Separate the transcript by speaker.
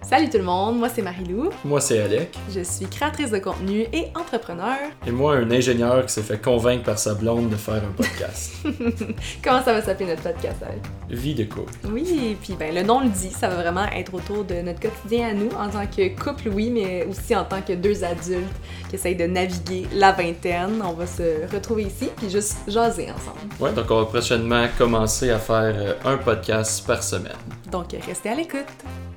Speaker 1: Salut tout le monde, moi c'est Marie-Lou.
Speaker 2: Moi, c'est Alec.
Speaker 1: Je suis créatrice de contenu et entrepreneur.
Speaker 2: Et moi, un ingénieur qui s'est fait convaincre par sa blonde de faire un podcast.
Speaker 1: Comment ça va s'appeler notre podcast, hein? Alec?
Speaker 2: Vie de couple.
Speaker 1: Oui, puis ben le nom le dit, ça va vraiment être autour de notre quotidien à nous en tant que couple, oui, mais aussi en tant que deux adultes qui essayent de naviguer la vingtaine. On va se retrouver ici puis juste jaser ensemble.
Speaker 2: Ouais, donc on va prochainement commencer à faire euh, un podcast par semaine.
Speaker 1: Donc restez à l'écoute.